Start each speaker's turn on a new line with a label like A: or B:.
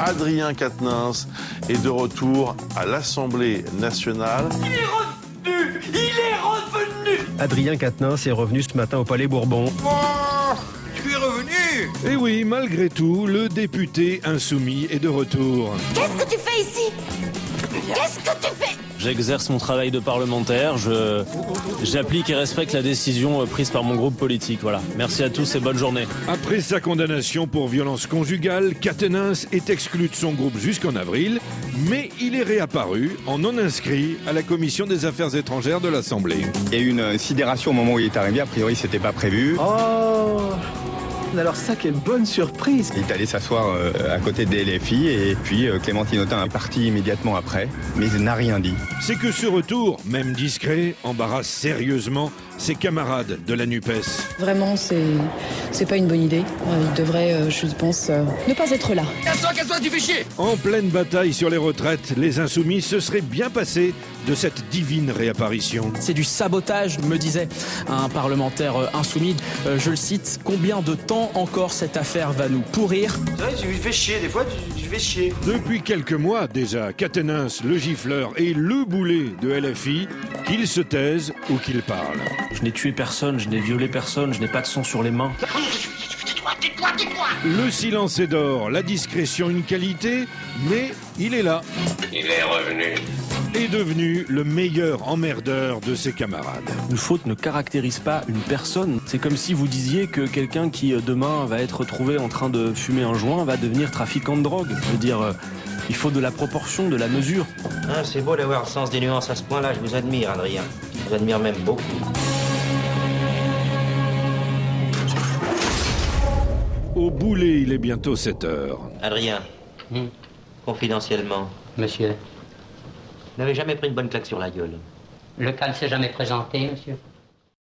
A: Adrien Quatennens est de retour à l'Assemblée nationale.
B: Il est revenu Il est revenu
C: Adrien Quatennens est revenu ce matin au Palais Bourbon.
B: oh, Tu es revenu
D: Et oui, malgré tout, le député insoumis est de retour.
E: Qu'est-ce que tu fais ici Qu'est-ce que tu fais
F: J'exerce mon travail de parlementaire, je j'applique et respecte la décision euh, prise par mon groupe politique. Voilà. Merci à tous et bonne journée.
D: Après sa condamnation pour violence conjugale, Catenins est exclu de son groupe jusqu'en avril, mais il est réapparu en non inscrit à la commission des affaires étrangères de l'Assemblée.
G: Il y a eu une euh, sidération au moment où il est arrivé, a priori c'était pas prévu.
H: Oh alors ça, quelle bonne surprise
G: Il est allé s'asseoir euh, à côté des LFI et puis euh, Clémentine Autain est partie immédiatement après, mais il n'a rien dit.
D: C'est que ce retour, même discret, embarrasse sérieusement ses camarades de la NUPES.
I: Vraiment, c'est, c'est pas une bonne idée. Il devrait, euh, je pense, ne pas être là.
B: Casse-toi, casse-toi, tu fais chier
D: En pleine bataille sur les retraites, les insoumis se seraient bien passés de cette divine réapparition.
J: C'est du sabotage, me disait un parlementaire euh, insoumis. je le cite, combien de temps encore cette affaire va nous pourrir.
K: Vrai, tu fais chier, des fois tu, tu fais chier.
D: Depuis quelques mois déjà, Catenins, le gifleur et le boulet de LFI, qu'il se taise ou qu'il parle.
L: Je n'ai tué personne, je n'ai violé personne, je n'ai pas de sang sur les mains.
D: Le silence est d'or, la discrétion une qualité, mais il est là.
M: Il est revenu
D: est devenu le meilleur emmerdeur de ses camarades.
F: Une faute ne caractérise pas une personne. C'est comme si vous disiez que quelqu'un qui euh, demain va être retrouvé en train de fumer un joint va devenir trafiquant de drogue. Je veux dire, euh, il faut de la proportion, de la mesure.
N: Ah, c'est beau d'avoir le sens des nuances à ce point-là, je vous admire, Adrien. Je vous admire même beaucoup.
D: Au boulet, il est bientôt 7 heures.
N: Adrien, mmh. confidentiellement.
O: Monsieur
N: n'avez jamais pris une bonne claque sur la gueule.
O: Le calme s'est jamais présenté, monsieur